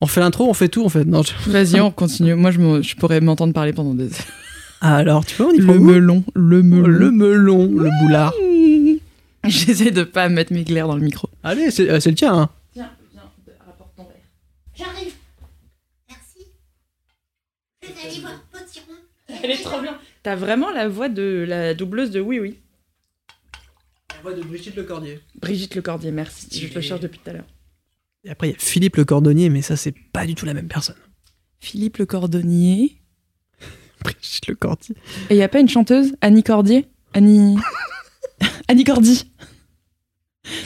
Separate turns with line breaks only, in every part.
On fait l'intro, on fait tout, on fait. Non, je-
Vas-y, on continue. Moi, je, me- je pourrais m'entendre parler pendant des heures.
Ah, alors, tu vois, on y prend
Le
goût.
melon, Oh, le melon.
Le melon, le boulard.
J'essaie de pas mettre mes glaires dans le micro.
Allez, c'est euh, c'est le tien. hein.
Tiens, viens, rapporte ton verre.
J'arrive. Merci. Je vais aller voir Potiron.
Elle est trop bien. T'as vraiment la voix de la doubleuse de Oui Oui.
La voix de Brigitte Lecordier.
Brigitte Lecordier, merci. Je le cherche depuis tout à l'heure.
Et après, il y a Philippe le cordonnier, mais ça, c'est pas du tout la même personne.
Philippe le Cordonnier.
Brigitte le cordier.
Et y a pas une chanteuse Annie Cordier Annie. Annie Cordy.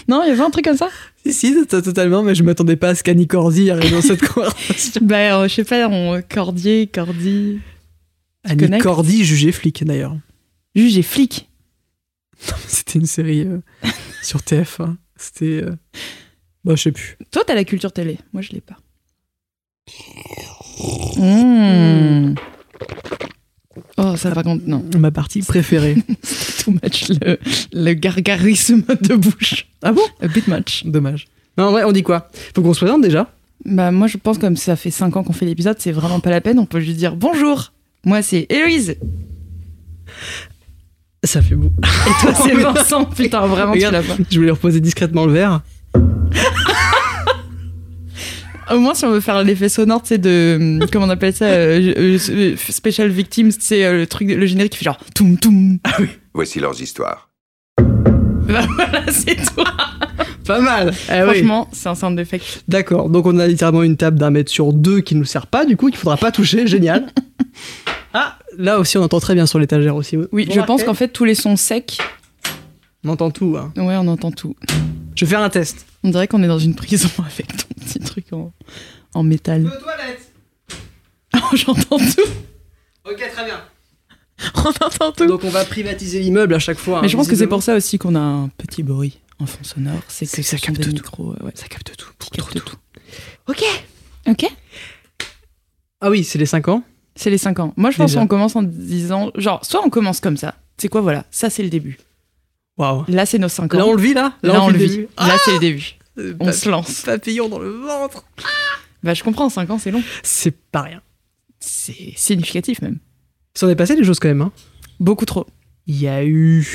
Non, il y avait un truc comme ça
Si, si, t- t- totalement, mais je m'attendais pas à ce qu'Annie Cordy arrive dans cette conversation.
Bah, euh, je sais pas, on... Cordier, Cordy.
Annie
connectes
Cordy, jugée flic, d'ailleurs.
Juge et flic.
C'était une série euh, sur TF1. C'était. euh, Bah, je sais plus.
Toi, t'as la culture télé. Moi, je l'ai pas. Mmh. Oh, ça, par contre, non.
Ma partie préférée.
Too much, le, le gargarisme de bouche.
ah bon
A bit much.
Dommage. Non, en vrai, on dit quoi Faut qu'on se présente déjà.
Bah, moi, je pense, comme ça fait 5 ans qu'on fait l'épisode, c'est vraiment pas la peine. On peut juste dire bonjour. Moi, c'est Héloïse.
Ça fait beau.
Et toi, c'est Vincent. Putain, vraiment, tu
Regarde.
l'as pas.
Je voulais reposer discrètement le verre.
Au moins, si on veut faire l'effet sonore, tu sais, de. Comment on appelle ça euh, euh, Special Victims, tu sais, euh, le truc, le générique qui fait genre. Toum, toum.
Voici leurs histoires.
Bah, voilà, c'est toi.
Pas mal. Eh Ah oui.
Franchement, c'est un sound effect.
D'accord. Donc on a littéralement une table d'un mètre sur deux qui nous sert pas, du coup, qu'il faudra pas toucher. Génial. ah, là aussi, on entend très bien sur l'étagère aussi.
Oui,
Vous
je pense
remarquez
qu'en fait, tous les sons secs.
On entend tout. hein.
Ouais, on entend tout.
Je vais faire un test.
On dirait qu'on est dans une prison avec ton petit truc en, en métal. Oh, j'entends tout.
Ok, très bien.
On entend tout.
Donc on va privatiser l'immeuble à chaque fois. hein,
Mais je pense que c'est pour ça aussi qu'on a un petit bruit en fond sonore. C'est
C'est
que
que
ça
ça
capte
capte
des
tout.
micros. euh, ouais,
Ça capte tout.
ça capte tout.
Ok.
Ok.
Ah oui, c'est les 5 ans.
C'est les 5 ans. Moi, je pense
Déjà.
qu'on commence en disant genre, soit on commence comme ça. C'est quoi, voilà Ça, c'est le début.
Waouh.
Là, c'est nos 5 ans.
Là, on le vit là.
Là, on
fait
le vit.
début.
Là, c'est le début.
Euh,
On
pa-
se lance.
Papillon dans le ventre.
Bah, je comprends, 5 ans, c'est long.
C'est pas rien.
C'est significatif, même.
S'en est passé des choses quand même. hein.
Beaucoup trop.
Il y a eu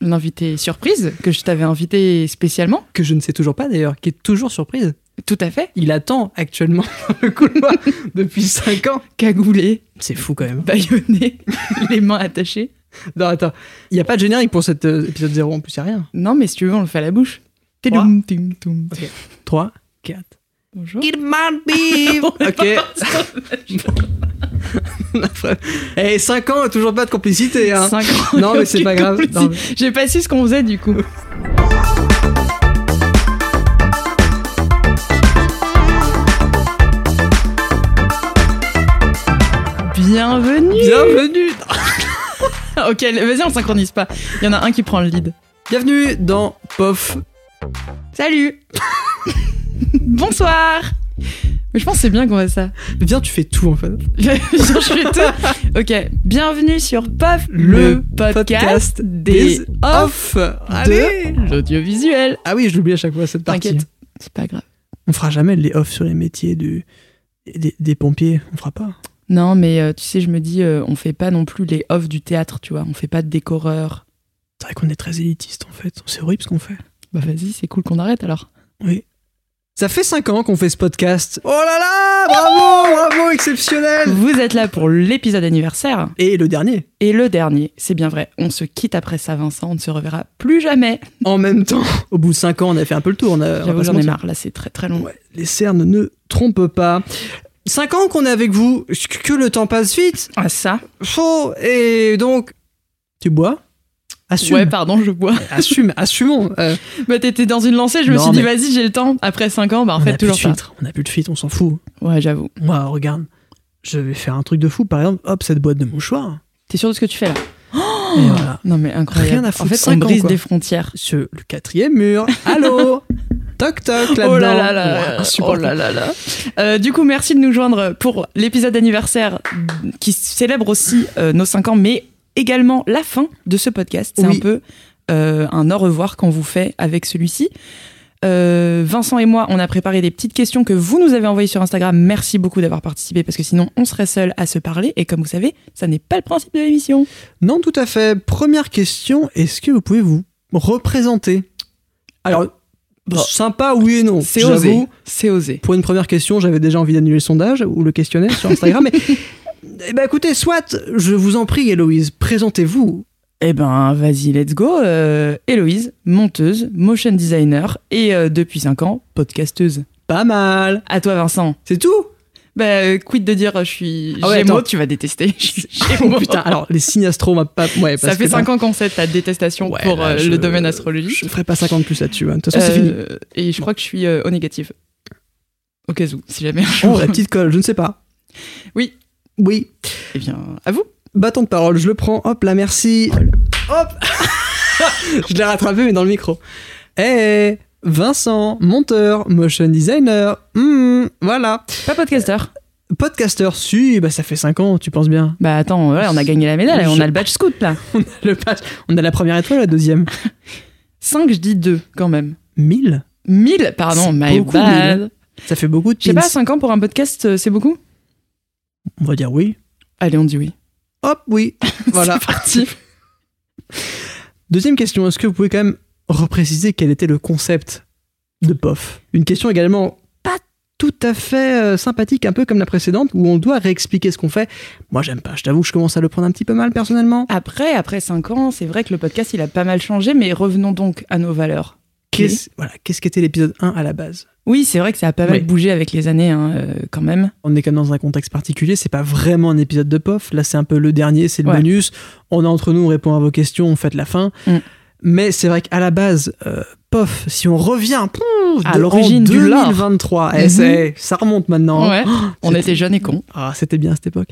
L'invité surprise, que je t'avais invité spécialement.
que je ne sais toujours pas d'ailleurs, qui est toujours surprise.
Tout à fait.
Il attend actuellement dans le couloir depuis 5 ans.
Cagoulé,
C'est fou quand même.
bâillonné, les mains attachées.
Non, attends. Il n'y a pas de générique pour cet euh, épisode 0, en plus, il a rien.
Non, mais si tu veux, on le fait à la bouche. Tidoum, tim, toum.
3, 4.
Bonjour.
It might be. ok. Et 5 Eh, ans, toujours pas de complicité. Hein.
Cinq ans
Non,
et
mais c'est
aucune
pas grave.
complicité.
Non, mais-
J'ai pas su ce qu'on faisait du coup. Bienvenue.
Bienvenue.
Ok, vas-y, on synchronise pas. Il y en a un qui prend le lead.
Bienvenue dans POF.
Salut. Bonsoir. Mais je pense que c'est bien qu'on fasse ça.
Viens, tu fais tout en fait.
Genre, je fais tout. Ok, bienvenue sur PAF, le, podcast, des off
off. Allez.
de l'audiovisuel.
Ah oui, je l'oublie à chaque fois cette partie.
T'inquiète, c'est pas grave.
On fera jamais les off sur les métiers du... des, des pompiers. On fera pas.
Non, mais euh, tu sais, je me dis, euh, on fait pas non plus les off du théâtre, tu vois. On fait pas de décoreur.
C'est vrai qu'on est très élitiste en fait. C'est horrible ce qu'on fait.
Bah vas-y, c'est cool qu'on arrête alors.
Ça fait 5 ans qu'on fait ce podcast. Oh là là Bravo Bravo Exceptionnel
Vous êtes là pour l'épisode anniversaire hein.
Et le dernier,
et le dernier, c'est bien vrai. On se quitte après ça, Vincent. On ne se reverra plus jamais.
en même temps. Au bout de 5 ans, on a fait un peu le tour. On a, on va
J'avoue,
pas se
j'en ai
mentir.
marre. Là, c'est très très long.
Ouais, les cernes ne trompent pas. 5 ans qu'on est avec vous, que le temps passe vite.
Ah ça
Chaud Et donc... Tu bois Assume.
Ouais, bah. pardon, je bois.
Assume, assumons. Euh,
Bah t'étais dans une lancée, je me
Non,
suis dit
mais-
vas-y j'ai le temps. Après 5 ans, bah
on
en fait
a plus de
toujours pas.
filtre. On a plus de filtre, on s'en fout.
Ouais j'avoue.
Moi, regarde, je vais faire un truc de fou. Par exemple, hop, cette boîte de mouchoirs.
T'es sûr de ce que tu fais là Oh.
Et voilà.
Non mais incroyable.
Rien à foutre,
en fait on
cinq ans,
brise
quoi.
des frontières.
Sur le quatrième mur. Allô Toc toc là-dedans.
oh là là là.
Ouais,
oh
insupportable.
là là là. Euh, du coup merci de nous joindre pour l'épisode d'anniversaire qui célèbre aussi euh, nos 5 ans mais également la fin de ce podcast. C'est
Oui.
un peu euh, un au revoir qu'on vous fait avec celui-ci. Euh, Vincent et moi, on a préparé des petites questions que vous nous avez envoyées sur Instagram. Merci beaucoup d'avoir participé parce que sinon, on serait seul à se parler. Et comme vous savez, ça n'est pas le principe de l'émission.
Non, tout à fait. Première question, est-ce que vous pouvez vous représenter Alors,
Bon.
sympa, oui et non.
C'est
J'avoue,
osé. C'est osé.
Pour une première question, j'avais déjà envie d'annuler le sondage ou le questionnaire sur Instagram. mais eh ben, écoutez, soit, je vous en prie, Héloïse, présentez-vous.
Eh ben, vas-y, let's go. Euh, Héloïse, monteuse, motion designer et euh, depuis 5 ans, podcasteuse.
Pas mal.
À toi, Vincent.
C'est tout
Bah, euh, quid de dire, euh, je suis
Ah ouais,
Gémeaux,
attends.
tu vas détester. Je suis
Oh
Gémeaux.
putain, alors les signes astro, on va pas. Ouais,
Ça fait 5 ans qu'on sait ta détestation pour euh, le domaine
Je
astrologique.
ferai pas 50 plus là-dessus. hein. De toute façon, c'est fini.
Euh, Et je crois que je suis euh, au négatif. Au cas où, si jamais. un
Oh,
jour-
la petite colle, je ne sais pas.
Oui.
Oui.
Eh bien, à vous.
Bâton de parole, je le prends. Hop là, merci. Hop Je l'ai rattrapé, mais dans le micro. Eh Vincent, monteur, motion designer. Hmm, voilà.
Pas podcasteur.
Podcaster, si, bah ça fait 5 ans, tu penses bien.
Bah attends, voilà, on a gagné la médaille, on a le badge scout là.
Le patch, on a la première étoile, la deuxième.
5, je dis 2 quand même.
1000
1000, pardon,
C'est
my
beaucoup,
bad.
Ça fait beaucoup de
Je sais pas,
pins.
5 ans pour un podcast, euh, c'est beaucoup
On va dire oui.
Allez, on dit oui.
Hop, oui. Voilà.
C'est parti.
Deuxième question, est-ce que vous pouvez quand même repréciser quel était le concept de POF Une question également pas tout à fait euh, sympathique, un peu comme la précédente, où on doit réexpliquer ce qu'on fait. Moi, j'aime pas, je t'avoue que je commence à le prendre un petit peu mal personnellement.
Après, après 5 ans, c'est vrai que le podcast, il a pas mal changé, mais revenons donc à nos valeurs.
Qu'est-ce voilà, qu'est-ce qu'était l'épisode 1 à la base
Oui, c'est vrai que ça a pas mal
Oui.
bougé avec les années, hein, euh, quand même.
On est quand même dans un contexte particulier, c'est pas vraiment un épisode de POF, là c'est un peu le dernier, c'est le
Ouais.
bonus. On est entre nous, on répond à vos questions, on fait la fin.
Mm.
Mais c'est vrai qu'à la base, euh, POF, si on revient pouf,
À
de- en
l'origine du lard.
2023, eh,
Mhm.
c'est- ça remonte maintenant. hein. Oh,
Ouais, on
c'était-
était jeunes et cons.
Ah, c'était bien à cette époque.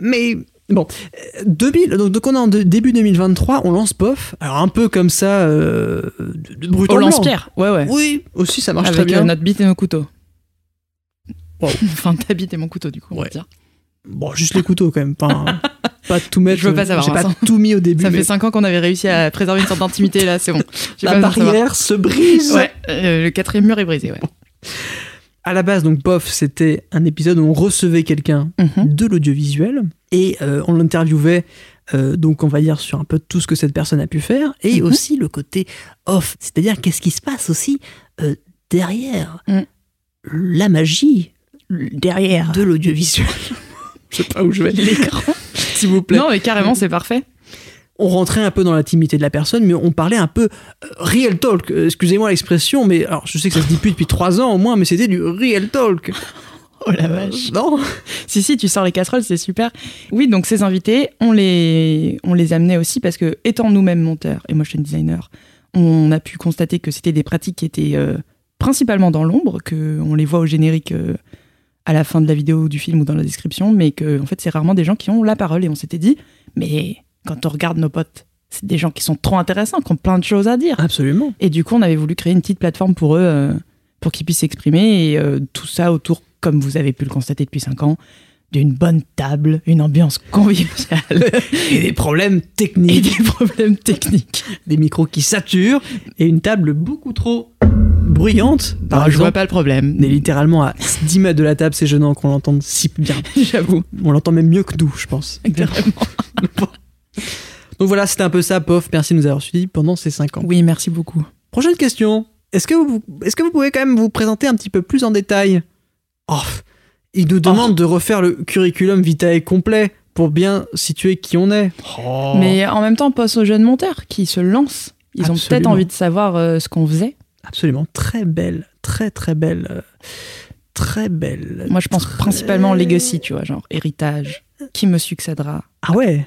Mais bon, euh, 2000, donc, donc on est en de- début 2023, on lance POF, alors un peu comme ça, euh, de, de brut en
Au
blanc.
lance-pierre, ouais, ouais.
Oui, aussi ça marche très
avec euh,
bien.
notre bite et nos couteaux.
Wow.
enfin, ta bite et mon couteau, du coup, on va
Ouais.
dire.
Bon, juste les couteaux quand même, pas, pas tout mettre. euh,
Je veux pas savoir,
J'ai pas
Vincent.
tout mis au début.
Ça
mais
fait 5 ans qu'on avait réussi à préserver une sorte d'intimité, là, c'est bon. J'ai
la
pas besoin de savoir.
barrière se brise.
Ouais, euh, le quatrième mur est brisé, ouais.
À la base, donc POF, c'était un épisode où on recevait quelqu'un
Mhm.
de l'audiovisuel et euh, on l'interviewait euh, donc on va dire sur un peu tout ce que cette personne a pu faire et
Mhm.
aussi le côté off c'est-à-dire qu'est-ce qui se passe aussi euh, derrière
Mm.
la magie
Derrière.
de l'audiovisuel je sais pas où je vais
L'écran.
s'il vous plaît
Non, mais carrément, c'est parfait.
on rentrait un peu dans l'intimité de la personne mais on parlait un peu euh, real talk Euh, excusez-moi l'expression mais alors je sais que ça se dit plus depuis trois ans au moins mais c'était du real talk
Oh la
Euh, non
Si, si, tu sors les casseroles, c'est super. Oui, donc ces invités, on les, on les amenait aussi parce que, étant nous-mêmes monteurs et motion designers, on a pu constater que c'était des pratiques qui étaient euh, principalement dans l'ombre, qu'on les voit au générique euh, à la fin de la vidéo, ou du film ou dans la description, mais que, en fait, c'est rarement des gens qui ont la parole. Et on s'était dit, mais quand on regarde nos potes, c'est des gens qui sont trop intéressants, qui ont plein de choses à dire.
absolument
Et du coup, on avait voulu créer une petite plateforme pour eux, euh, pour qu'ils puissent s'exprimer. Et euh, tout ça autour, comme vous avez pu le constater depuis 5 ans, d'une bonne table, une ambiance conviviale
et des problèmes
et
techniques
des problèmes techniques.
des micros qui saturent et une table beaucoup trop bruyante. Par
Alors, Bah, je vois
exemple,
pas le
on est
problème,
littéralement à 10 mètres de la table, c'est gênant qu'on l'entende si bien.
j'avoue.
On l'entend même mieux que nous, je pense.
Carrément.
Donc voilà, c'était un peu ça, pof, merci de nous avoir suivis pendant ces 5 ans.
Oui, merci beaucoup.
Prochaine question. Est-ce que, vous, est-ce que vous pouvez quand même vous présenter un petit peu plus en détail Oh, il nous demande de refaire le curriculum vitae complet pour bien situer qui on est.
Mais en même temps, passe aux jeunes monteurs qui se lancent. Ils ont peut-être
Absolument.
envie de savoir euh, ce qu'on faisait.
Absolument, très belle, très très belle, euh, très belle.
Moi, je pense
très-
principalement legacy, tu vois, genre héritage. Qui me succédera
Ah ouais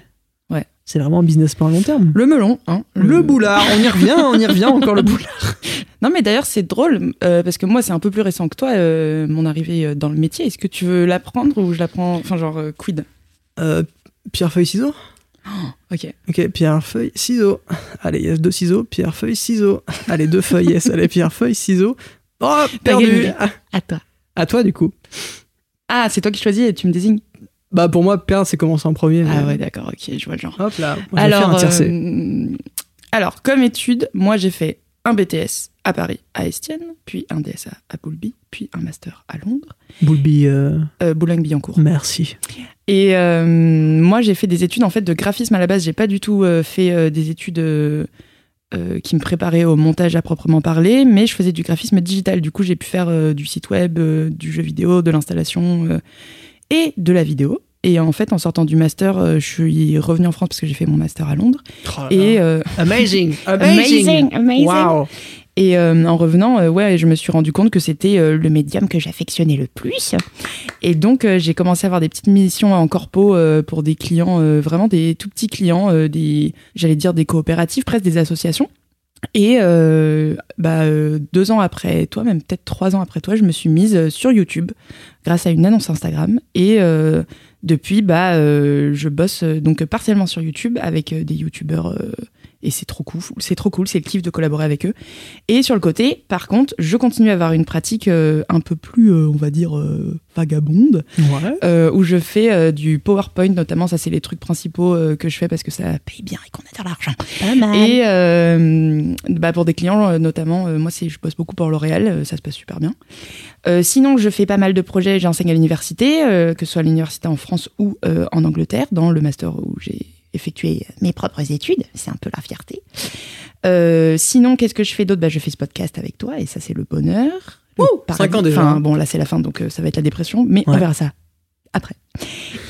Ouais.
C'est vraiment un business plan à long terme.
Le melon, hein
Le boulard, on y revient, on y revient encore le boulard.
Non, mais d'ailleurs, c'est drôle, euh, parce que moi, c'est un peu plus récent que toi, euh, mon arrivée euh, dans le métier. Est-ce que tu veux l'apprendre ou je l'apprends Enfin, genre, euh, quid
Euh, pierre, feuille, ciseaux
Ok.
Ok, pierre, feuille, ciseaux. Allez, yes, deux ciseaux, pierre, feuille, ciseaux. Allez, deux feuilles, yes, allez, pierre, feuille, ciseaux. Oh, perdu
gagné.
Ah,
À toi.
À toi, du coup.
Ah, c'est toi qui choisis et tu me désignes
Bah, pour moi, perdre, c'est commencer en premier.
Ah
mais-
ouais, euh, d'accord, ok, je vois le genre.
Hop là, Moi, je vais faire un
Alors,
tiercé.
euh, alors, comme étude, moi, j'ai fait un BTS à Paris, à Estienne, puis un DSA à Boulby, puis un master à Londres,
Boulby, euh,
euh, Boulogne-Billancourt.
merci.
Et euh, moi, j'ai fait des études en fait de graphisme à la base. J'ai pas du tout euh, fait euh, des études euh, euh, qui me préparaient au montage à proprement parler, mais je faisais du graphisme digital. Du coup, j'ai pu faire euh, du site web, euh, du jeu vidéo, de l'installation euh, et de la vidéo. Et en fait, en sortant du master, euh, je suis revenue en France parce que j'ai fait mon master à Londres.
Ah.
Et euh,
amazing,
amazing.
Wow.
Et euh, en revenant, euh, ouais, je me suis rendu compte que c'était euh, le médium que j'affectionnais le plus. Et donc, euh, j'ai commencé à avoir des petites missions en corpo euh, pour des clients, euh, vraiment des tout petits clients, euh, des, j'allais dire des coopératives, presque des associations. Et euh, bah, euh, deux ans après toi, même peut-être trois ans après toi, je me suis mise euh, sur YouTube grâce à une annonce Instagram. Et euh, depuis, bah, euh, je bosse euh, donc partiellement sur YouTube avec euh, des YouTubeurs. euh, et c'est trop cool, c'est trop cool, c'est le kiff de collaborer avec eux. Et sur le côté, par contre, je continue à avoir une pratique euh, un peu plus, euh, on va dire, euh, vagabonde,
Ouais.
euh, où je fais euh, du PowerPoint, notamment, ça c'est les trucs principaux euh, que je fais parce que ça paye bien et qu'on adore l'argent. Et euh, bah, pour des clients, euh, notamment, euh, moi c'est, je bosse beaucoup pour L'Oréal, euh, ça se passe super bien. Euh, sinon, je fais pas mal de projets, j'enseigne à l'université, euh, que ce soit à l'université en France ou euh, en Angleterre, dans le master où j'ai effectué mes propres études, c'est un peu la fierté. Euh, sinon, qu'est-ce que je fais d'autre bah, Je fais ce podcast avec toi et ça c'est le bonheur. Le paradis.
cinq ans déjà. hein.
Enfin, bon, là c'est la fin, donc euh, ça va être la dépression, mais on
Ouais.
verra ça après.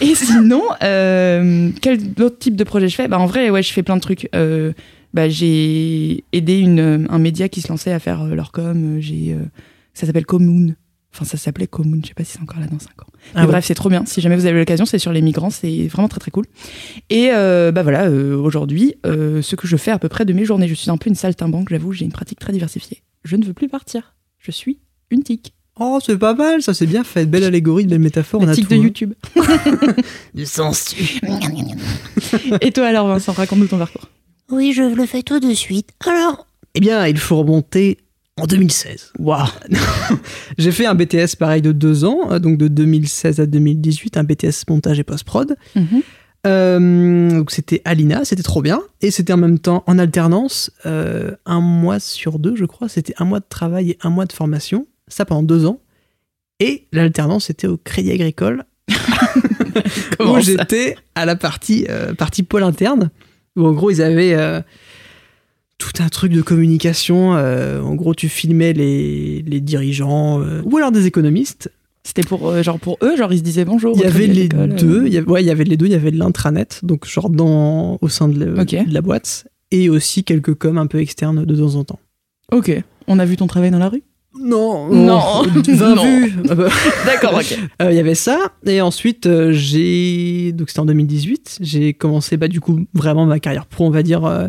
Et sinon, euh, quel autre type de projet je fais bah, En vrai, ouais, je fais plein de trucs. Euh, bah, j'ai aidé une, euh, un média qui se lançait à faire euh, leur com. euh, J'ai, euh, ça s'appelle Commune. Enfin, ça s'appelait Commune. Je sais pas si c'est encore là dans 5 ans.
Ah
Mais
ouais.
bref, c'est trop bien. Si jamais vous avez l'occasion, c'est sur les migrants. C'est vraiment très très cool. Et euh, bah voilà, euh, aujourd'hui, euh, ce que je fais à peu près de mes journées, je suis un peu une saltimbanque. J'avoue, j'ai une pratique très diversifiée. Je ne veux plus partir. Je suis une tique.
Oh, c'est pas mal, ça c'est bien fait. Belle allégorie, belle métaphore. on
Une
a
tique
tout,
de
hein.
YouTube.
Du sens.
Et toi alors, Vincent, raconte-nous ton parcours.
Oui, je le fais tout de suite. Alors,
Eh bien, il faut remonter en 2016. Waouh J'ai fait un BTS pareil de deux ans, euh, donc de 2016 à 2018, un BTS montage et post-prod. Euh, donc c'était Alina, c'était trop bien. Et c'était en même temps en alternance, euh, un mois sur deux, je crois. C'était un mois de travail et un mois de formation. Ça pendant deux ans. Et l'alternance, c'était au Crédit Agricole, où
ça
j'étais à la partie, euh, partie pôle interne, où en gros, ils avaient euh, tout un truc de communication. euh, en gros, tu filmais les, les dirigeants euh, ou alors des économistes.
C'était pour euh, genre pour eux, genre ils se disaient bonjour.
Il y
au
avait
crédit
les
agricole, euh.
deux. Il y avait, ouais, il y avait les deux. Il y avait de l'intranet, donc genre dans, au sein de, la-
Ok.
de la boîte, et aussi quelques coms un peu externes de temps en temps.
Ok. On a vu ton travail dans la rue.
Non,
Non. Non.
vues. Ah bah,
D'accord. Ok.
euh, il y avait ça, et ensuite euh, j'ai donc c'était en 2018. J'ai commencé bah du coup vraiment ma carrière pro, on va dire. euh,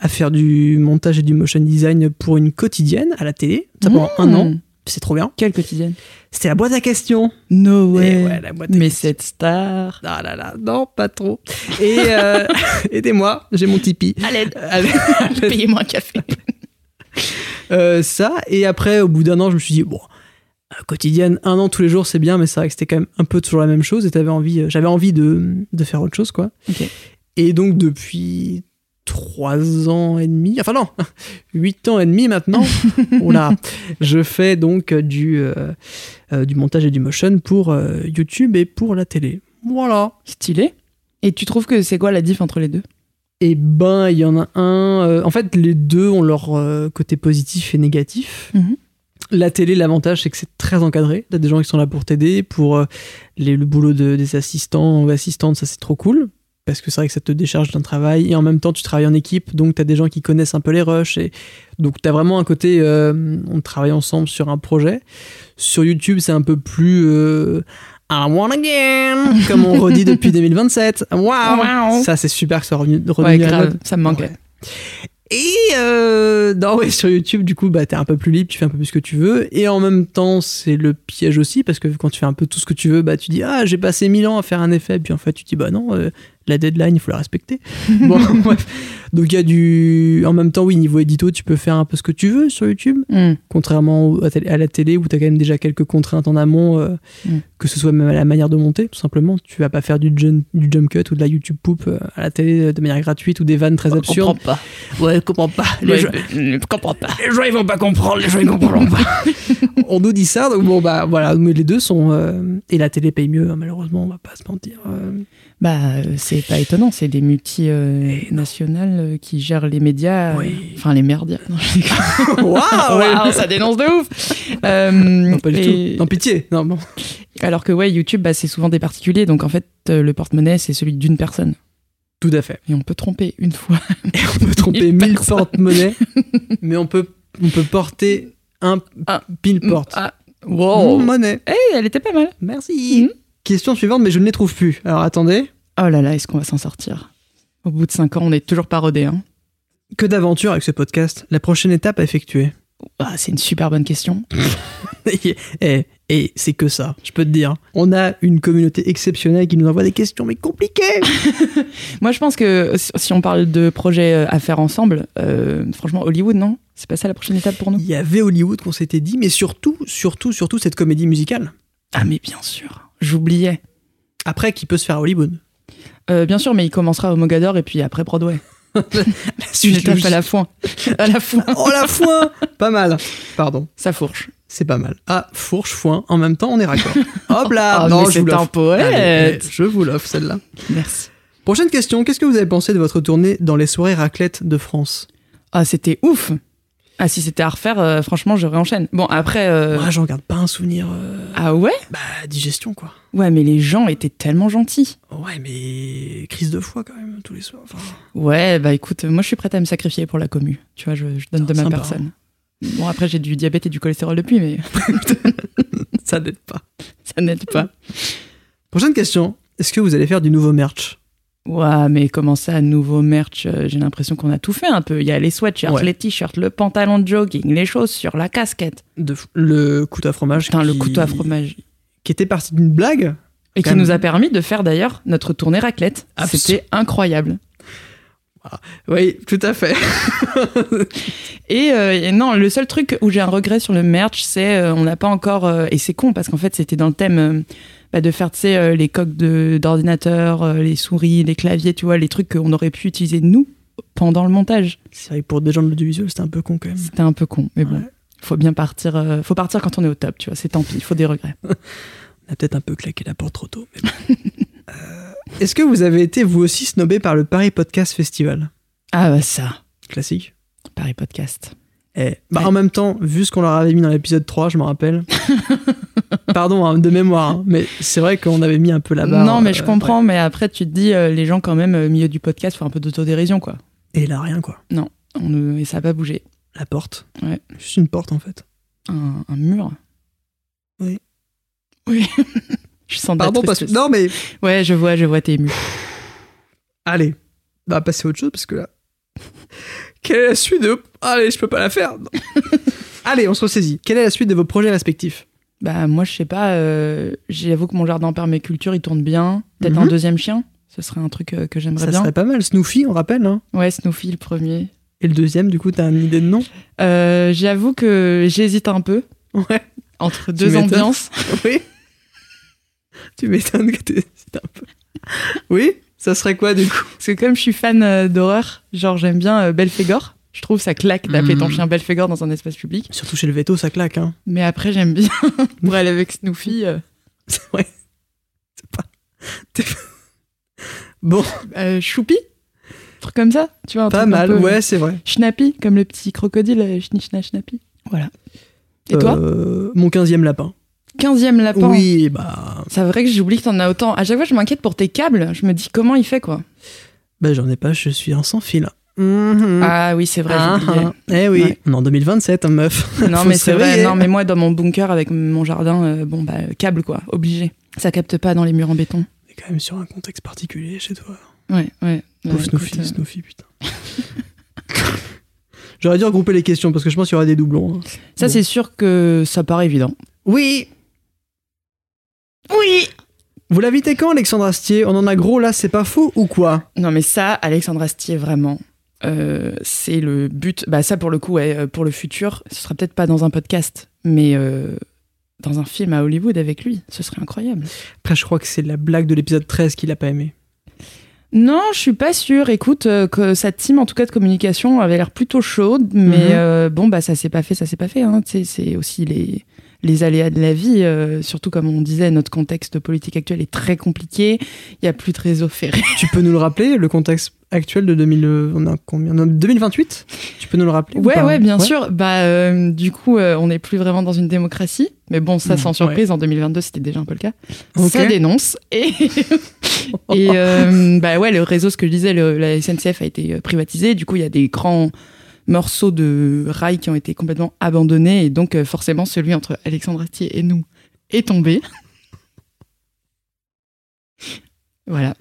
à faire du montage et du motion design pour une quotidienne à la télé, ça pendant un
Hmm.
an, c'est trop bien.
Quelle quotidienne
C'était la boîte à questions.
No
Et
way.
ouais, la boîte à
Mais
questions.
cette star.
Ah là là, non, pas trop. Et euh, aidez-moi, j'ai mon Tipeee.
À l'aide.
Allez.
Payez-moi un café.
Euh, ça, et après, au bout d'un an, je me suis dit, bon, euh, quotidienne, un an tous les jours, c'est bien, mais c'est vrai que c'était quand même un peu toujours la même chose, et t'avais envie, euh, j'avais envie de, de faire autre chose, quoi.
Ok.
Et donc, depuis trois ans et demi, enfin non, huit ans et demi maintenant, oh là, je fais donc euh, du, euh, euh, du montage et du motion pour euh, YouTube et pour la télé. Voilà.
Stylé. Et tu trouves que c'est quoi la diff entre les deux
Eh ben, il y en a un. euh, en fait, les deux ont leur euh, côté positif et négatif.
Mhm.
La télé, l'avantage, c'est que c'est très encadré. T'as des gens qui sont là pour t'aider, pour euh, les- le boulot de- des assistants ou assistantes, ça c'est trop cool. Parce que c'est vrai que ça te décharge d'un travail. Et en même temps, tu travailles en équipe, donc t'as des gens qui connaissent un peu les rushs. Et... Donc t'as vraiment un côté, euh, on travaille ensemble sur un projet. Sur YouTube, c'est un peu plus. euh, I want again, comme on redit depuis 2027. Waouh!
Wow.
Ça, c'est super que ça soit revenu, revenu
Ouais,
à la
grave.
mode.
Ça me manquait.
Ouais. Et euh, non, ouais, sur YouTube, du coup, bah, t'es un peu plus libre, tu fais un peu plus ce que tu veux. Et en même temps, c'est le piège aussi, parce que quand tu fais un peu tout ce que tu veux, bah, tu dis, ah, j'ai passé 1000 ans à faire un effet. Puis en fait, tu dis, bah non, euh, la deadline, il faut la respecter. Bon, bref. Donc il y a du. En même temps, oui, niveau édito, tu peux faire un peu ce que tu veux sur YouTube,
Hmm.
contrairement au- à tél- à la télé où tu as quand même déjà quelques contraintes en amont, euh,
Mm.
que ce soit même à la manière de monter, tout simplement. Tu vas pas faire du, jun- du jump cut ou de la YouTube poop euh, à la télé euh, de manière gratuite ou des vannes très absurdes.
pas.
Ouais, comprends pas.
Bah, Ouais, je- je comprends pas.
Les gens, ils vont pas comprendre, les gens, ils comprendront pas. on nous dit ça, donc bon, bah voilà, mais les deux sont. euh, et la télé paye mieux, hein, malheureusement, on va pas se mentir. euh.
Bah, euh, c'est pas étonnant, c'est des multinationales euh, qui gèrent les médias, euh,
Oui.
enfin les merdias. Non, je déconne.
Waouh! ouais.
Ah, Waouh, ça dénonce de ouf. Euh,
Non, pas du
et-
tout. Non, pitié. Non, bon.
Alors que ouais, YouTube, bah, c'est souvent des particuliers, donc en fait, euh, le porte-monnaie, c'est celui d'une personne.
Tout à fait.
Et on peut tromper une fois.
On peut tromper
Une
mille
personne.
porte-monnaies, mais on peut, on peut porter un
Ah.
pile porte.
Ah, wow.
Monnaie.
Eh, elle était pas mal.
Merci.
Hmm.
Question suivante, mais je ne les trouve plus. Alors attendez.
Oh là là, est-ce qu'on va s'en sortir Au bout de 5 ans, on est toujours pas rodé. Hein
Que d'aventure avec ce podcast. La prochaine étape à effectuer.
Ah, c'est une super bonne question.
et et eh, c'est que ça, je peux te dire. On a une communauté exceptionnelle qui nous envoie des questions, mais compliquées.
Moi, je pense que si- si on parle de projets euh, à faire ensemble, euh, franchement, Hollywood, non C'est pas ça la prochaine étape pour nous
Il y avait Hollywood qu'on s'était dit, mais surtout, surtout, surtout cette comédie musicale.
Ah, mais bien sûr. J'oubliais.
Après, qui peut se faire à Hollywood.
Euh, bien sûr, mais il commencera au Mogador et puis après Broadway.
La
Une
suite
étape
logique.
à la foin. À la foin.
Oh la foin Pas mal. Pardon.
Ça fourche.
C'est pas mal. Ah, fourche, foin, en même temps, on est raccord. Hop là
Ah,
Non,
mais
je vous
c'est un
l'offre. Allez,
poète.
je vous l'offre celle-là.
Merci.
Prochaine question, qu'est-ce que vous avez pensé de votre tournée dans les soirées raclette de France
Ah, c'était ouf. Ah, si c'était à refaire, euh, franchement, je réenchaîne. Bon, après. euh,
Moi, j'en garde pas un souvenir. euh,
Ah ouais
bah, digestion, quoi.
Ouais, mais les gens étaient tellement gentils.
Ouais, mais crise de foie quand même, tous les soirs. Enfin,
Ouais, bah écoute, moi je suis prête à me sacrifier pour la commu. Tu vois, je, je donne
Ah,
de ma
sympa,
personne. Bon, après, j'ai du diabète et du cholestérol depuis, mais
ça n'aide pas.
ça n'aide pas.
Prochaine question, est-ce que vous allez faire du nouveau merch
Ouah, mais comment ça, nouveau merch euh, J'ai l'impression qu'on a tout fait un peu. Il y a les sweatshirts,
Ouais.
les t-shirts, le pantalon de jogging, les chaussures, la casquette.
de f- Le couteau à fromage.
Putain, le
qui-
couteau à fromage.
Qui était parti d'une blague
Et
Quand
qui
même.
nous a permis de faire d'ailleurs notre tournée raclette.
Absol-
C'était incroyable.
Oui, tout à fait.
Et, euh, et non, le seul truc où j'ai un regret sur le merch, c'est euh, on n'a pas encore. euh, et c'est con parce qu'en fait, c'était dans le thème euh, bah, de faire, tu sais, euh, les coques de- d'ordinateur, euh, les souris, les claviers, tu vois, les trucs qu'on aurait pu utiliser nous pendant le montage.
C'est vrai que pour des gens de l'audiovisuel, c'était un peu con quand même.
C'était un peu con, mais bon.
Mm. Ouais.
Faut bien partir. euh, faut partir quand on est au top, tu vois. C'est tant pis. Faut des regrets.
On a peut-être un peu claqué la porte trop tôt. mais bon. Euh, Est-ce que vous avez été vous aussi snobé par le Paris Podcast Festival
Ah bah ça,
Classique.
Paris Podcast.
Eh, bah,
Ouais.
En même temps, vu ce qu'on leur avait mis dans l'épisode 3, je m'en rappelle. Pardon, hein, de mémoire, hein, mais c'est vrai qu'on avait mis un peu la barre.
non, mais je
euh,
comprends. Mais après, tu te dis, euh, les gens quand même euh, au milieu du podcast, faut un peu d'autodérision, quoi.
ouais. Et là, rien quoi.
On, ne- et ça a pas bougé.
La porte.
Ouais.
Juste une porte en fait.
un, un mur.
Oui.
Oui. je sens de la
Pardon, parce que.
tristesse.
Non, mais.
Ouais, je vois, je vois, t'es ému.
Allez, on va passer à autre chose parce que là. Quelle est la suite de. Allez, je peux pas la faire. Non. Allez, on se ressaisit. Quelle est la suite de vos projets respectifs
Bah, moi, je sais pas. euh, J'avoue que mon jardin permaculture, il tourne bien. Peut-être
Mhm.
un deuxième chien. Ce serait un truc euh, que j'aimerais
Ça
bien.
serait pas mal. Snoofy, on rappelle, hein.
Ouais, Snoopy, le premier.
Et le deuxième, du coup, t'as une idée de nom
Euh, J'avoue que j'hésite un peu
Ouais.
entre deux
m'étonnes.
ambiances.
Oui. tu m'étonnes que t'es c'est un peu. Oui Ça serait quoi, du coup
Parce que comme je suis fan euh, d'horreur, genre, j'aime bien euh, Belphégor. Je trouve ça claque d'appeler ton
Mhm.
chien Belphégor dans un espace public.
Surtout chez le veto, ça claque, hein.
Mais après, j'aime bien pour aller avec Snoopy. euh,
C'est vrai. C'est pas. t'es- Bon,
Euh, choupi Un truc comme ça tu vois un
pas
truc un
mal,
peu-
ouais, c'est vrai.
Schnappy comme le petit crocodile euh, schnichna schnappi voilà et toi Ah,
Euh, Mon 15 lapin.
15e lapin
Oui, bah.
c'est vrai que j'oublie que t'en as autant à chaque fois je m'inquiète pour tes câbles je me dis comment il fait quoi
Bah, j'en ai pas, je suis un sans fil. Mhm.
ah oui c'est vrai
Ah,
j'oubliais.
ah. Eh oui,
Ouais.
on est en 2027, hein, meuf.
non
Faut
mais
se
c'est vrai
réveiller.
non mais moi dans mon bunker avec mon jardin euh, bon bah euh, câble quoi obligé ça capte pas dans les murs en béton
On est quand même sur un contexte particulier chez toi.
ouais ouais
Pauvre
Ouais,
Snoopy,
écoute, euh,
Snoopy, putain. J'aurais dû regrouper les questions parce que je pense qu'il y aura des doublons. hein.
euh, ça
Bon.
c'est sûr que ça paraît évident
Oui.
oui
Vous l'invitez quand, Alexandre Astier On en a gros là, c'est pas faux ou quoi
Non, mais ça, Alexandre Astier, vraiment, euh, c'est le but. Bah, ça, pour le coup, ouais, euh, pour le futur, ce sera peut-être pas dans un podcast, mais euh, dans un film à Hollywood avec lui. Ce serait incroyable.
Après, je crois que c'est la blague de l'épisode 13 qu'il a pas aimé.
Non, je suis pas sûre. Écoute, euh, que sa team, en tout cas de communication, avait l'air plutôt chaude, mais
Mhm.
euh, bon, bah ça s'est pas fait, ça s'est pas fait. Hein. Tu sais, C'est aussi les, les aléas de la vie. euh, surtout, comme on disait, notre contexte politique actuel est très compliqué. Il y a plus de réseau ferré.
tu peux nous le rappeler, le contexte actuel de 2000, euh, on a combien Non, 2028 Tu peux nous le rappeler ou
Ouais,
pas
ouais, bien sûr. Bah, euh, du coup, euh, on n'est plus vraiment dans une démocratie. Mais bon, ça,
Mhm,
sans surprise, en 2022, c'était déjà un peu le cas.
Ok. Oh,
Ça dénonce. Et, et euh, bah ouais, le réseau, ce que je disais, le- la SNCF a été euh, privatisée. Du coup, il y a des grands morceaux de rails qui ont été complètement abandonnés. Et donc, euh, forcément, celui entre Alexandre Astier et nous est tombé. voilà.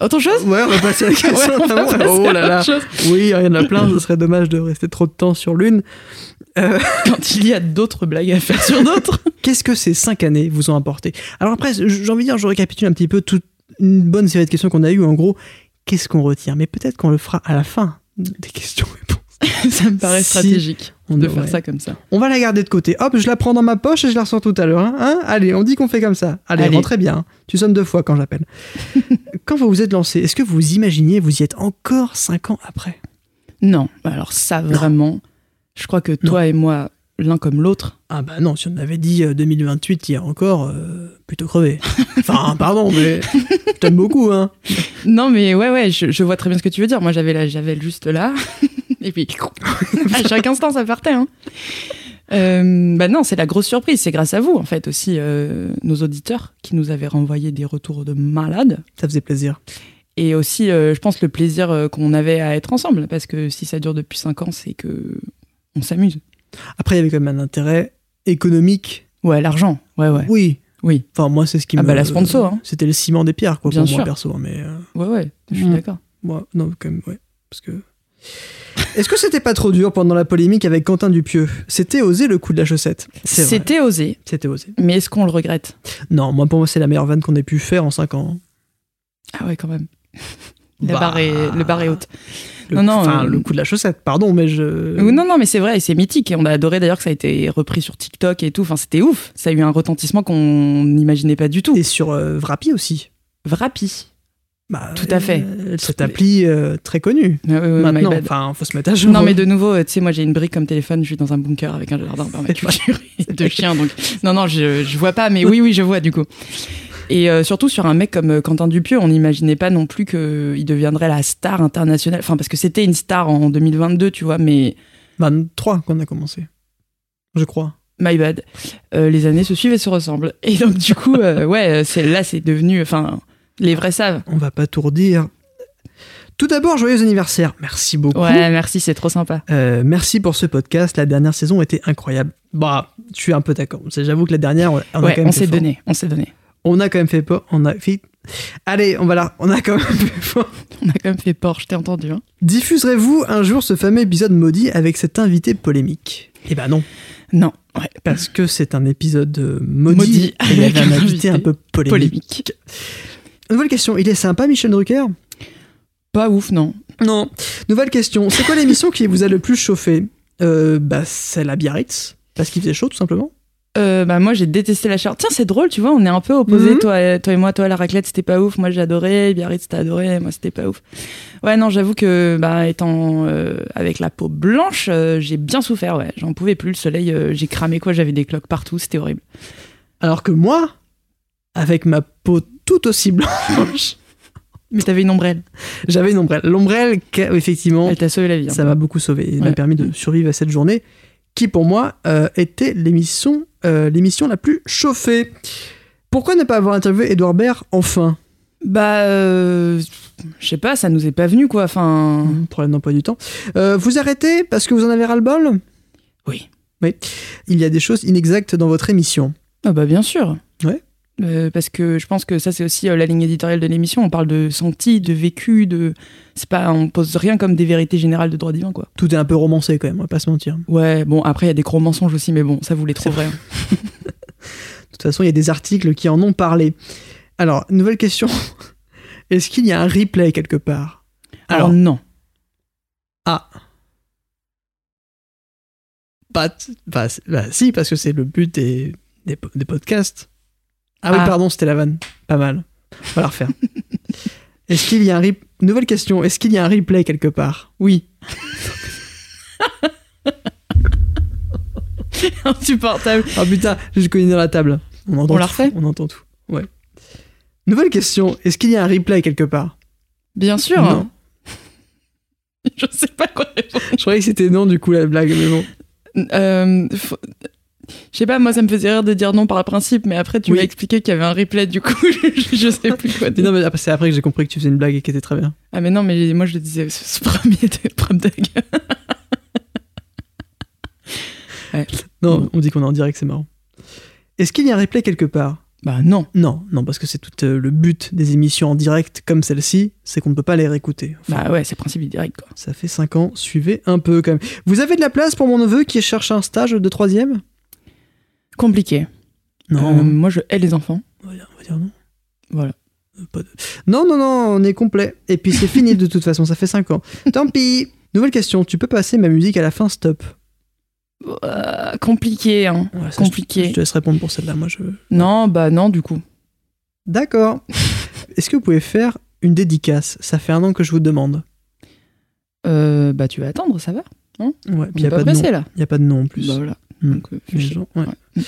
Autre chose
oh. Ouais, on va passer à la question.
Ouais, on va
vraiment.
passer à
oh là
autre
là.
chose.
Oui, il y en a plein, ce serait dommage de rester trop de temps sur l'une.
Quand il y a d'autres blagues à faire sur d'autres.
Qu'est-ce que ces cinq années vous ont apporté Alors après, j- j'ai envie de dire, je récapitule un petit peu toute une bonne série de questions qu'on a eues. En gros, qu'est-ce qu'on retire Mais peut-être qu'on le fera à la fin des questions-réponses.
ça me paraît
Si.
stratégique
On
de
devrait.
faire ça comme ça.
On va la garder de côté. Hop, je la prends dans ma poche et je la ressors tout à l'heure. hein. Hein Allez, on dit qu'on fait comme ça. Allez,
Allez.
rentrez bien. Tu sonnes deux fois quand j'appelle. quand vous vous êtes lancé, est-ce que vous imaginiez vous y êtes encore cinq ans après
Non, bah alors ça vraiment, je crois que toi et moi, l'un comme l'autre,
Ah bah non, si on avait dit euh, 2028 hier encore, euh, plutôt crevé. Enfin, pardon, mais je t'aime beaucoup, hein.
Non, mais ouais, ouais, je, je vois très bien ce que tu veux dire. Moi, j'avais la javel juste là. Et puis, à chaque instant, ça partait. Hein. Euh, bah non, c'est la grosse surprise. C'est grâce à vous, en fait, aussi, euh, nos auditeurs qui nous avaient renvoyé des retours de malades.
Ça faisait plaisir.
Et aussi, euh, je pense, le plaisir euh, qu'on avait à être ensemble. Parce que si ça dure depuis 5 ans, c'est que on s'amuse.
Après, il y avait quand même un intérêt économique.
Ouais, l'argent. Ouais, ouais.
Oui.
Oui.
Enfin, moi, c'est ce qui
Ah
me...
bah, la sponsor, hein.
C'était le ciment des pierres, quoi,
Bien
pour moi,
sûr.
perso. hein, Mais euh,
Ouais, ouais, je suis
Mm.
d'accord.
moi, non, quand même, ouais. Parce que... Est-ce que c'était pas trop dur pendant la polémique avec Quentin Dupieux C'était osé le coup de la chaussette. C'est vrai.
C'était osé,
C'était osé.
mais est-ce qu'on le regrette
Non, moi, pour moi, c'est la meilleure vanne qu'on ait pu faire en 5 ans.
Ah ouais, quand même. La
Bah.
barre est, le barre est haute.
Le,
Non, non,
Enfin,
euh,
le coup de la chaussette, pardon, mais je...
Ou Non, non, mais c'est vrai, et c'est mythique. Et on a adoré d'ailleurs que ça a été repris sur TikTok et tout. Enfin, c'était ouf. Ça a eu un retentissement qu'on n'imaginait pas du tout.
Et sur euh, Vrapi aussi.
Vrapi.
Bah,
Tout à fait.
euh, cette appli euh, très connue.
Ouais, ouais, ouais, Euh, my
Maintenant,
bad.
enfin, faut se mettre à jour.
Non, mais de nouveau, euh, tu sais, moi j'ai une brique comme téléphone, je suis dans un bunker avec un jardin permaculture et deux chiens. Donc, non, non, je, je vois pas, mais oui, oui, je vois du coup. Et euh, surtout sur un mec comme euh, Quentin Dupieux, on n'imaginait pas non plus qu'il deviendrait la star internationale. Enfin, parce que c'était une star en 2022, tu vois, mais
23 qu'on a commencé. Je crois.
My bad. Euh, les années se suivent et se ressemblent. Et donc, du coup, euh, ouais, c'est, là, c'est devenu. Enfin, les vrais savent.
On va pas tout redire. Tout d'abord, joyeux anniversaire. Merci beaucoup.
Ouais, merci, c'est trop sympa.
Euh, merci pour ce podcast. La dernière saison était incroyable. Bah, je suis un peu d'accord. C'est- J'avoue que la dernière, on a quand
ouais,
même
on
fait
s'est
fort.
donné, on s'est donné.
On a quand même fait pas. On a fait. Allez, on va là. On a quand même fait fort.
On a quand même fait port, je t'ai entendu. hein.
Diffuserez-vous un jour ce fameux épisode maudit avec cet invité polémique Eh ben non,
Non, ouais,
parce que c'est un épisode euh, maudit,
Maudit
et avec
avec
un
un
invité un
invité
peu polémique.
polémique.
Nouvelle question. Il est sympa, Michel Drucker
Pas ouf, non.
Non. Nouvelle question. C'est quoi l'émission qui vous a le plus chauffé euh, Bah, c'est la Biarritz. Parce qu'il faisait chaud, tout simplement.
Euh, bah moi j'ai détesté la chaleur. Tiens c'est drôle tu vois on est un peu opposés
Mhm.
toi, toi et moi toi la raclette c'était pas ouf moi j'adorais Biarritz t'as adoré moi c'était pas ouf. Ouais non j'avoue que bah étant euh, avec la peau blanche euh, j'ai bien souffert ouais j'en pouvais plus le soleil euh, j'ai cramé quoi j'avais des cloques partout c'était horrible.
Alors que moi, avec ma peau tout aussi blanche,
Mais t'avais une ombrelle.
j'avais une ombrelle. L'ombrelle, qu'a- effectivement,
Elle t'a sauvé la vie. hein.
ça m'a beaucoup sauvé. Il m'a
Ouais.
permis de survivre à cette journée qui, pour moi, euh, était l'émission euh, l'émission la plus chauffée. Pourquoi ne pas avoir interviewé Edouard Baird enfin
Bah euh, je sais pas ça nous est pas venu quoi enfin.
Hum, Problème d'emploi du temps. Euh, vous arrêtez parce que vous en avez ras-le-bol
Oui.
Oui. Il y a des choses inexactes dans votre émission.
Ah bah bien sûr.
Ouais.
Euh, parce que je pense que ça c'est aussi euh, la ligne éditoriale de l'émission. On parle de senti, de vécu, de c'est pas on pose rien comme des vérités générales de droit divin quoi.
Tout est un peu romancé quand même, on va pas se mentir.
Ouais bon après il y a des gros mensonges aussi mais bon ça vous les trouverez. hein.
De toute façon, il y a des articles qui en ont parlé. Alors, nouvelle question. Est-ce qu'il y a un replay quelque part
Alors, non.
Ah. Pas. t- bah, c'est- bah, si, parce que c'est le but des, des, po- des podcasts. Ah, oui,
Ah.
pardon, c'était la vanne. Pas mal. On va la refaire. Est-ce qu'il y a un replay Nouvelle question. Est-ce qu'il y a un replay quelque part Oui.
Insupportable.
Ah putain, je le connais dans la table. On, entend
On la
tout.
refait
On entend tout. Ouais. Nouvelle question. Est-ce qu'il y a un replay quelque part
Bien sûr.
Non.
Je sais pas quoi répondre.
Je croyais que c'était non, du coup, la blague, mais bon.
Euh, faut- Je sais pas, moi ça me faisait rire de dire non par principe, mais après tu
Oui.
m'as expliqué qu'il y avait un replay, du coup je, je sais plus quoi
Mais
dire.
non, mais après- c'est après que j'ai compris que tu faisais une blague et qu'elle était très bien.
Ah mais non, mais moi je le disais ce ce premier de prime dog.
Non, on dit qu'on est en direct, c'est marrant. Est-ce qu'il y a un replay quelque part
Bah non.
Non, non, parce que c'est tout euh, le but des émissions en direct comme celle-ci, c'est qu'on ne peut pas les réécouter. Enfin,
Bah ouais, c'est le principe du direct quoi.
Ça fait 5 ans, suivez un peu quand même. Vous avez de la place pour mon neveu qui cherche un stage de troisième
Compliqué. Euh,
Non,
moi je hais les enfants.
on va dire- on va dire non.
Voilà.
Euh, pas de- Non, non, non, on est complet. Et puis c'est fini de toute façon, ça fait 5 ans. Tant pis Nouvelle question, tu peux passer ma musique à la fin, stop.
Euh, compliqué hein.
Voilà, ça, je-
Compliqué.
Je te laisse répondre pour celle-là, moi je...
Non, bah non du coup.
D'accord. Est-ce que vous pouvez faire une dédicace Ça fait un an que je vous demande.
Euh, bah tu vas attendre, ça va.
Ouais, puis
On
il n'y
est
a, pas
pas
de nom.
pressé là.
Y a pas de nom en plus.
Bah voilà.
Hmm.
Donc, euh,
Les
je-
gens, ouais.
Ouais.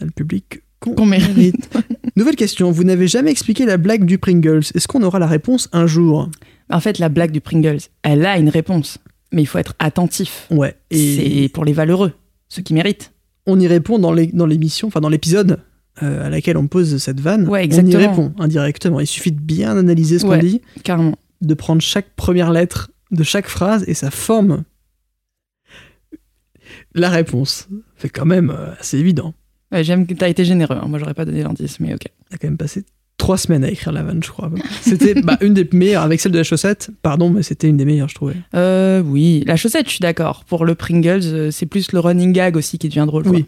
On a le public qu'on
Qu'on mérite.
Nouvelle question. Vous n'avez jamais expliqué la blague du Pringles. Est-ce qu'on aura la réponse un jour
En fait, la blague du Pringles, elle a une réponse, mais il faut être attentif.
Ouais.
C'est
Et
pour les valeureux, ceux qui méritent.
on y répond dans les- dans l'émission, enfin dans l'épisode euh, à laquelle on pose cette vanne.
Ouais,
On
exactement.
y répond indirectement. Il suffit de bien analyser ce
Ouais.
qu'on dit,
Carrément.
de prendre chaque première lettre de chaque phrase et ça forme la réponse. C'est quand même euh, assez évident.
Ouais, J'aime que t'as été généreux. hein. Moi, j'aurais pas donné l'indice, mais ok.
On a quand même passé trois semaines à écrire la vanne, je crois. C'était bah, une des meilleures, avec celle de la chaussette, pardon, mais c'était une des meilleures, je trouvais.
Euh, oui, la chaussette, je suis d'accord. Pour le Pringles, euh, c'est plus le running gag aussi qui devient drôle. quoi.
Oui.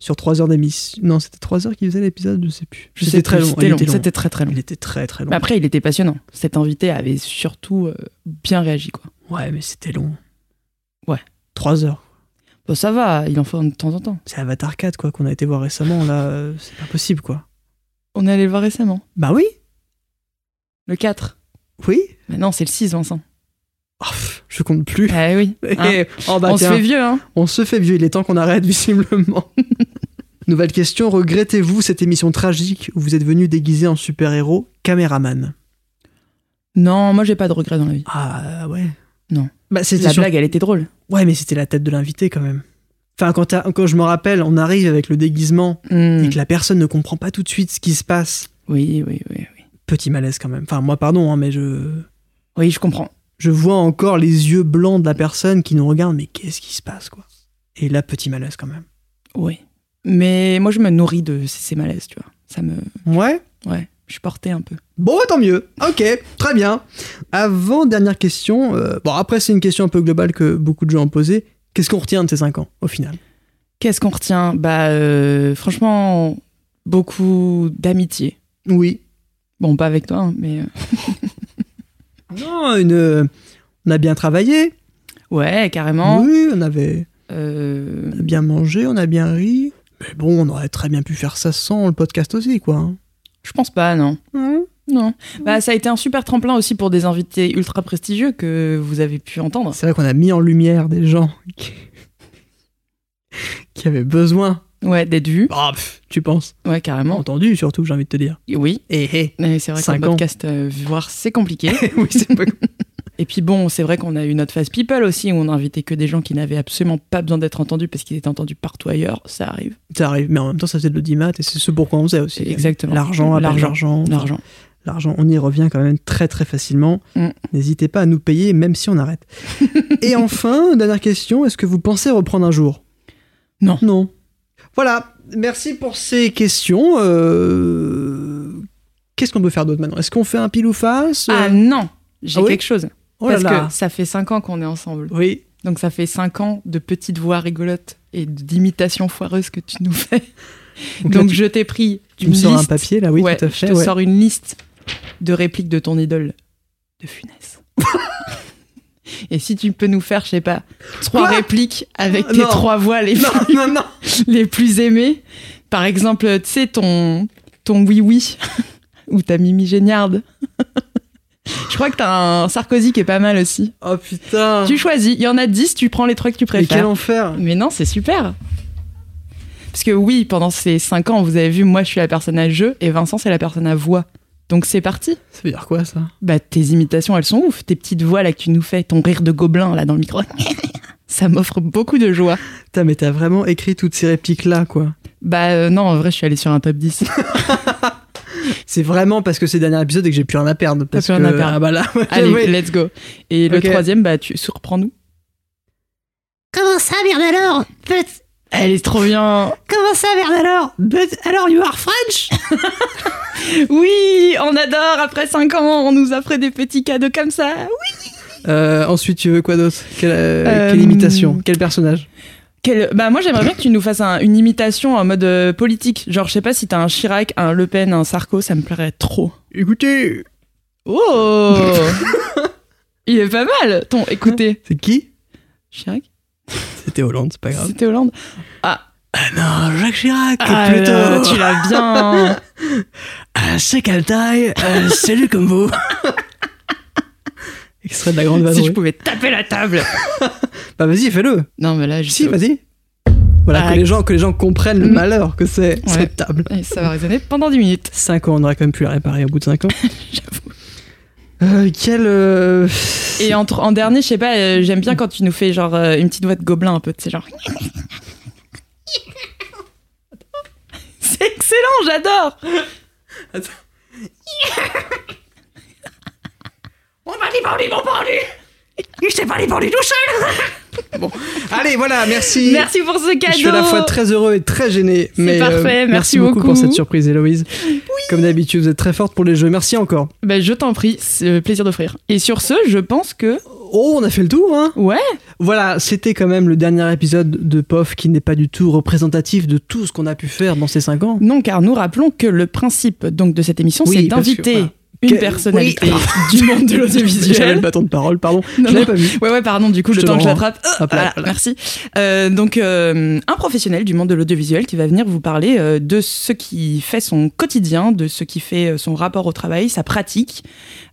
Sur 3 heures d'émission. Non, c'était 3 heures qu'il faisait l'épisode, je sais plus.
Je
C'était
sais
très
plus,
long.
C'était
il
long. Bah,
était long.
C'était très très long.
Il était très très long.
Mais après, il était passionnant. Cet invité avait surtout euh, bien réagi, quoi.
Ouais, mais c'était long.
Ouais.
3 heures.
Bon, ça va, il en faut de temps en temps.
C'est Avatar 4, quoi, qu'on a été voir récemment. Là, euh, c'est pas possible, quoi.
On est allé le voir récemment.
Bah oui,
Le 4.
oui.
Mais non, c'est le 6, Vincent.
Oh, pff, je compte plus.
Ah oui. hein.
Eh, oh, bah,
On se
tiens,
fait vieux, hein.
on se fait vieux. Il est temps qu'on arrête, visiblement. Nouvelle question. Regrettez-vous cette émission tragique où vous êtes venu déguisé en super-héros caméraman
Non, moi, j'ai pas de regrets dans la vie.
Ah ouais.
Non.
Bah, c'était
La
sur-
blague, elle était drôle.
Ouais, mais c'était la tête de l'invité quand même. Enfin, quand, t'as- quand je me rappelle, on arrive avec le déguisement
Hmm.
et que la personne ne comprend pas tout de suite ce qui se passe.
Oui, oui, oui, oui.
Petit malaise quand même. Enfin, moi, pardon, hein, mais je.
Oui, je comprends.
Je vois encore les yeux blancs de la personne qui nous regarde, mais qu'est-ce qui se passe, quoi Et là, petit malaise quand même.
Oui. Mais moi, je me nourris de ces ces malaises, tu vois. Ça me.
Ouais
Ouais, je suis portée un peu.
Bon, bah, tant mieux. Ok, très bien. Avant, dernière question. euh, bon, après, c'est une question un peu globale que beaucoup de gens ont posée. Qu'est-ce qu'on retient de ces 5 ans, au final
Qu'est-ce qu'on retient Bah, euh, franchement, beaucoup d'amitié.
Oui.
Bon, pas avec toi, hein, mais. euh,
Non, une. euh, On a bien travaillé.
Ouais, carrément.
Oui, on avait.
Euh,
On a bien mangé, on a bien ri. Mais bon, on aurait très bien pu faire ça sans le podcast aussi, quoi. hein.
je pense pas, non.
Mmh.
Non. Bah, ça a été un super tremplin aussi pour des invités ultra prestigieux que vous avez pu entendre.
C'est vrai qu'on a mis en lumière des gens qui, qui avaient besoin.
Ouais, d'être vus.
Ah, pff, tu penses
Ouais, carrément.
Entendu, surtout, j'ai envie de te dire.
Oui.
Eh, eh.
Mais C'est vrai qu'un
Cinq ans.
podcast, euh, voir, c'est compliqué.
oui, c'est pas...
Et puis bon, c'est vrai qu'on a eu notre phase people aussi, où on invitait que des gens qui n'avaient absolument pas besoin d'être entendus parce qu'ils étaient entendus partout ailleurs. Ça arrive.
Ça arrive, mais en même temps, ça faisait de l'audimat et c'est ce pourquoi on faisait aussi.
Exactement.
L'argent, appelle
l'argent.
l'argent.
L'argent.
L'argent, on y revient quand même très très facilement.
Mm.
N'hésitez pas à nous payer, même si on arrête. et enfin, dernière question, est-ce que vous pensez reprendre un jour
Non.
Non. Voilà, merci pour ces questions. Euh, Qu'est-ce qu'on peut faire d'autre maintenant Est-ce qu'on fait un pile ou face
Ah non, j'ai
Ah oui
quelque chose.
Oh là
parce
là.
que ça fait 5 ans qu'on est ensemble.
Oui,
Donc ça fait 5 ans de petites voix rigolotes et d'imitations foireuses que tu nous fais.
là,
Donc
tu-
je t'ai pris
tu
une
me sors un
liste-
papier là, oui,
ouais,
tout à fait.
Je te
ouais.
sors une liste de répliques de ton idole de Funès. Et si tu peux nous faire, je sais pas, trois
Quoi
répliques avec
Ah,
tes
non.
trois voix les,
Non, non, non.
les plus aimées. Par exemple, tu sais, ton, ton oui-oui ou ta Mimi Géniarde. je crois que t'as un Sarkozy qui est pas mal aussi.
Oh putain.
Tu choisis, il y en a 10, tu prends les trois que tu
Mais quel
préfères.
enfer.
Mais non, c'est super. Parce que oui, pendant ces 5 ans, vous avez vu, moi je suis la personne à jeu et Vincent c'est la personne à voix. Donc c'est parti.
Ça veut dire quoi ça
Bah tes imitations, elles sont ouf. Tes petites voix là que tu nous fais, ton rire de gobelin là dans le micro. Ça m'offre beaucoup de joie.
Putain, mais t'as vraiment écrit toutes ces répliques là, quoi.
Bah euh, non, en vrai, je suis allée sur un top 10.
C'est vraiment parce que c'est le dernier épisode et que j'ai plus rien à perdre. Parce
plus rien
que-
à perdre.
Ah bah là,
Allez,
oui.
let's go. Et
Ok.
le troisième, bah tu surprends-nous.
Comment ça, merde alors But,
Elle est trop bien.
comment ça, merde alors But, alors you are French
Oui, on adore. Après 5 ans, on nous offre des petits cadeaux comme ça.
Euh, ensuite, tu veux quoi d'autre quelle, euh,
Euh,
quelle imitation Quel personnage
Quel- Bah moi j'aimerais bien que tu nous fasses un- une imitation en mode euh, politique. Genre je sais pas si t'as un Chirac, un Le Pen, un Sarko, ça me plairait trop.
Écoutez,
Oh Il est pas mal ton écoutez.
c'est qui
Chirac
C'était Hollande, c'est pas grave.
C'était Hollande
Ah non, Jacques Chirac,
Ah là, tu l'as bien
Ah, c'est quelle taille euh, Salut comme vous Extrait de la grande
Si je
vadrouille.
pouvais taper la table
Bah vas-y, fais-le.
Non mais là je
Si, vas-y. Voilà,
Ah,
que, les gens, que les gens comprennent le
Mm.
malheur que c'est
Ouais.
cette table.
Et ça va résonner pendant 10 minutes.
5 ans, on aurait quand même pu la réparer au bout de 5 ans.
J'avoue.
Euh, quel... euh,
Et en, tr- en dernier, je sais pas, euh, j'aime bien quand tu nous fais genre euh, une petite voix de gobelin un peu, tu sais, genre. C'est excellent, j'adore
On va les parler, on va les Je sais pas les parler tout seul
Allez, voilà, merci
Merci pour ce cadeau.
Je suis à la fois très heureux et très gêné.
C'est
mais, euh,
parfait, merci
beaucoup.
beaucoup.
pour cette surprise, Héloïse. Comme d'habitude, vous êtes très forte pour les jeux. Merci encore.
Bah, je t'en prie, c'est euh, plaisir d'offrir. Et sur ce, je pense que
Oh, on a fait le tour, hein
ouais,
Voilà, c'était quand même le dernier épisode de POF qui n'est pas du tout représentatif de tout ce qu'on a pu faire dans ces 5 ans.
non car nous rappelons que le principe donc de cette émission
Oui,
c'est
parce que,
d'inviter
voilà.
une
Que-
personnalité
oui.
du monde de
J'avais le
l'audiovisuel.
bâton de parole, pardon.
Non,
je l'avais
non.
pas vu.
Ouais ouais pardon du coup
Je
le
te
temps
le
que je
rends.
l'attrape.
Hop là,
voilà,
voilà.
merci. Euh, donc euh, un professionnel du monde de l'audiovisuel qui va venir vous parler euh, de ce qui fait son quotidien, de ce qui fait euh, son rapport au travail, sa pratique.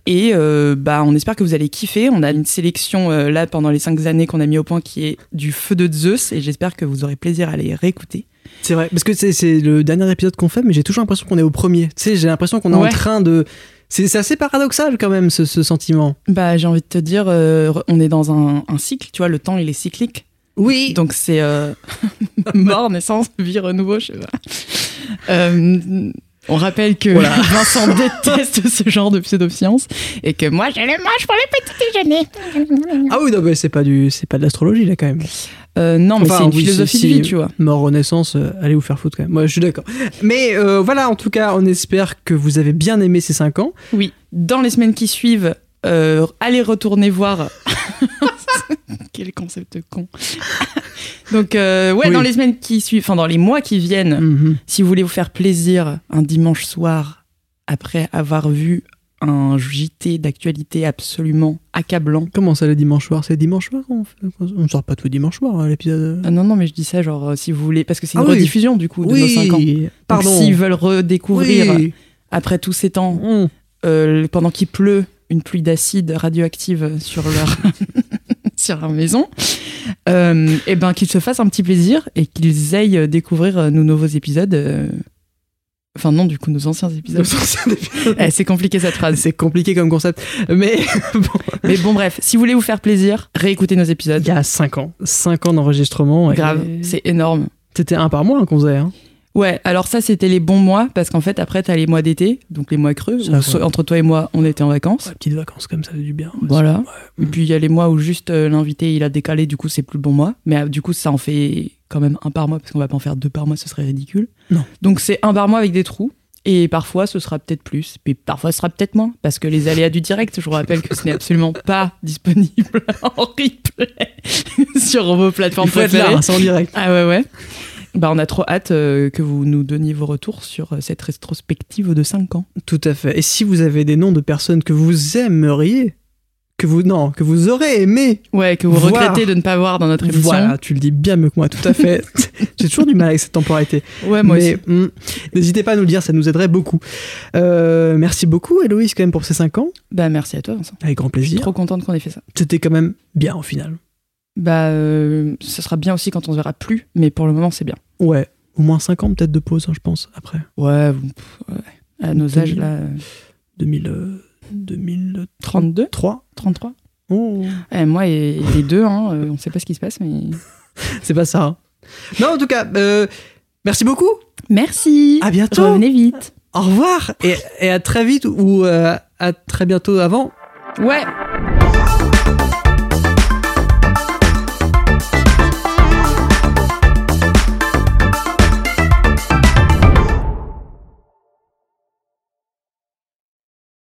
Et euh, bah on espère que vous allez kiffer. On a une sélection euh, là pendant les cinq années qu'on a mis au point qui est du feu de Zeus et j'espère que vous aurez plaisir à les réécouter.
C'est vrai, parce que c'est- c'est le dernier épisode qu'on fait, mais j'ai toujours l'impression qu'on est au premier. Tu sais, j'ai l'impression qu'on est en
Ouais.
train de. C'est c'est assez paradoxal quand même, ce, ce sentiment.
Bah j'ai envie de te dire, euh, on est dans un, un cycle, tu vois, le temps il est cyclique.
Oui.
Donc c'est euh, mort, naissance, vie, renouveau, je sais pas. Euh, on rappelle que
Voilà.
Vincent déteste ce genre de pseudoscience et que moi je le mange pour le petit déjeuner.
Ah oui, non, mais c'est pas, du- c'est pas de l'astrologie là quand même.
Euh, non, mais
Enfin,
c'est une
oui,
philosophie
si-
de vie,
si-
tu vois.
Mort, renaissance, euh, allez vous faire foutre quand même. Moi, je suis d'accord. Mais euh, voilà, en tout cas, on espère que vous avez bien aimé ces 5 ans.
Oui. Dans les semaines qui suivent, euh, allez retourner voir. Quel concept con. Donc euh, ouais,
Oui.
dans les semaines qui suivent, enfin dans les mois qui viennent,
Mhm.
Si vous voulez vous faire plaisir un dimanche soir après avoir vu un JT d'actualité absolument accablant.
Comment ça, le dimanche soir C'est le dimanche soir qu'on fait- On ne sort pas tout dimanche soir, hein, l'épisode.
Ah non, non, mais je dis ça genre euh, si vous voulez, parce que c'est une
Ah oui.
rediffusion du coup de nos 5 ans. Donc,
pardon.
S'ils veulent redécouvrir
Oui.
après tous ces temps,
Mmh.
euh, pendant qu'il pleut, une pluie d'acide radioactive sur leur, sur leur maison, euh, et ben qu'ils se fassent un petit plaisir et qu'ils aillent découvrir euh, nos nouveaux épisodes. euh, Enfin non, du coup, nos anciens épisodes. Eh, c'est compliqué cette phrase.
C'est compliqué comme concept, mais bon,
Mais bon, bref, si vous voulez vous faire plaisir, réécoutez nos épisodes.
il y a 5 ans. 5 ans d'enregistrement. et-
Grave, c'est énorme.
C'était un par mois hein, qu'on faisait. hein.
Ouais, alors ça, c'était les bons mois, parce qu'en fait, après, t'as les mois d'été, donc les mois creux.
Ça
où
va.
so- entre toi et moi, on était en vacances.
Ouais, petites vacances comme ça, fait du bien.
Voilà.
Ouais.
Et puis, il y a les mois où juste euh, l'invité, il a décalé, du coup, c'est plus le bon mois. Mais euh, du coup, ça en fait quand même un par mois, parce qu'on va pas en faire deux par mois, ce serait ridicule.
Non.
Donc, c'est un par mois avec des trous. Et parfois, ce sera peut-être plus, puis parfois, ce sera peut-être moins, parce que les aléas du direct, je vous rappelle que ce n'est absolument pas disponible en replay sur vos plateformes
Il faut être
préférées.
là, hein, c'est en direct.
Ah ouais, ouais. Bah, on a trop hâte euh, que vous nous donniez vos retours sur euh, cette rétrospective de 5 ans.
Tout à fait. Et si vous avez des noms de personnes que vous aimeriez, que vous non, que vous aurez aimé,
Ouais, que vous
vous Voir.
regrettez
regrettez
de ne pas voir dans notre émission.
voilà, tu le dis bien mieux que moi. Tout à fait. J'ai toujours du mal avec cette temporalité.
Ouais, moi
Mais
aussi.
hmm, n'hésitez pas à nous le dire, ça nous aiderait beaucoup. Euh, merci beaucoup, Héloïse, quand même pour ces 5 ans.
Bah, merci à toi, Vincent.
Avec grand
Je suis
plaisir.
trop contente qu'on ait fait ça.
C'était quand même bien au final.
Bah, euh, ce sera bien aussi quand on se verra plus, mais pour le moment, c'est bien.
Ouais, au moins 5 ans peut-être de pause, hein, je pense. Après
Ouais, vous- pff, ouais. à nos âges, là, euh,
2000, euh, 2003.
32, 33.
Oh.
Eh, moi et, et les deux, hein, euh, on sait pas ce qui se passe, mais.
C'est pas ça. hein. Non, en tout cas, euh, merci beaucoup.
Merci
À bientôt.
Revenez vite
Au revoir et, et à très vite ou euh, à très bientôt avant.
Ouais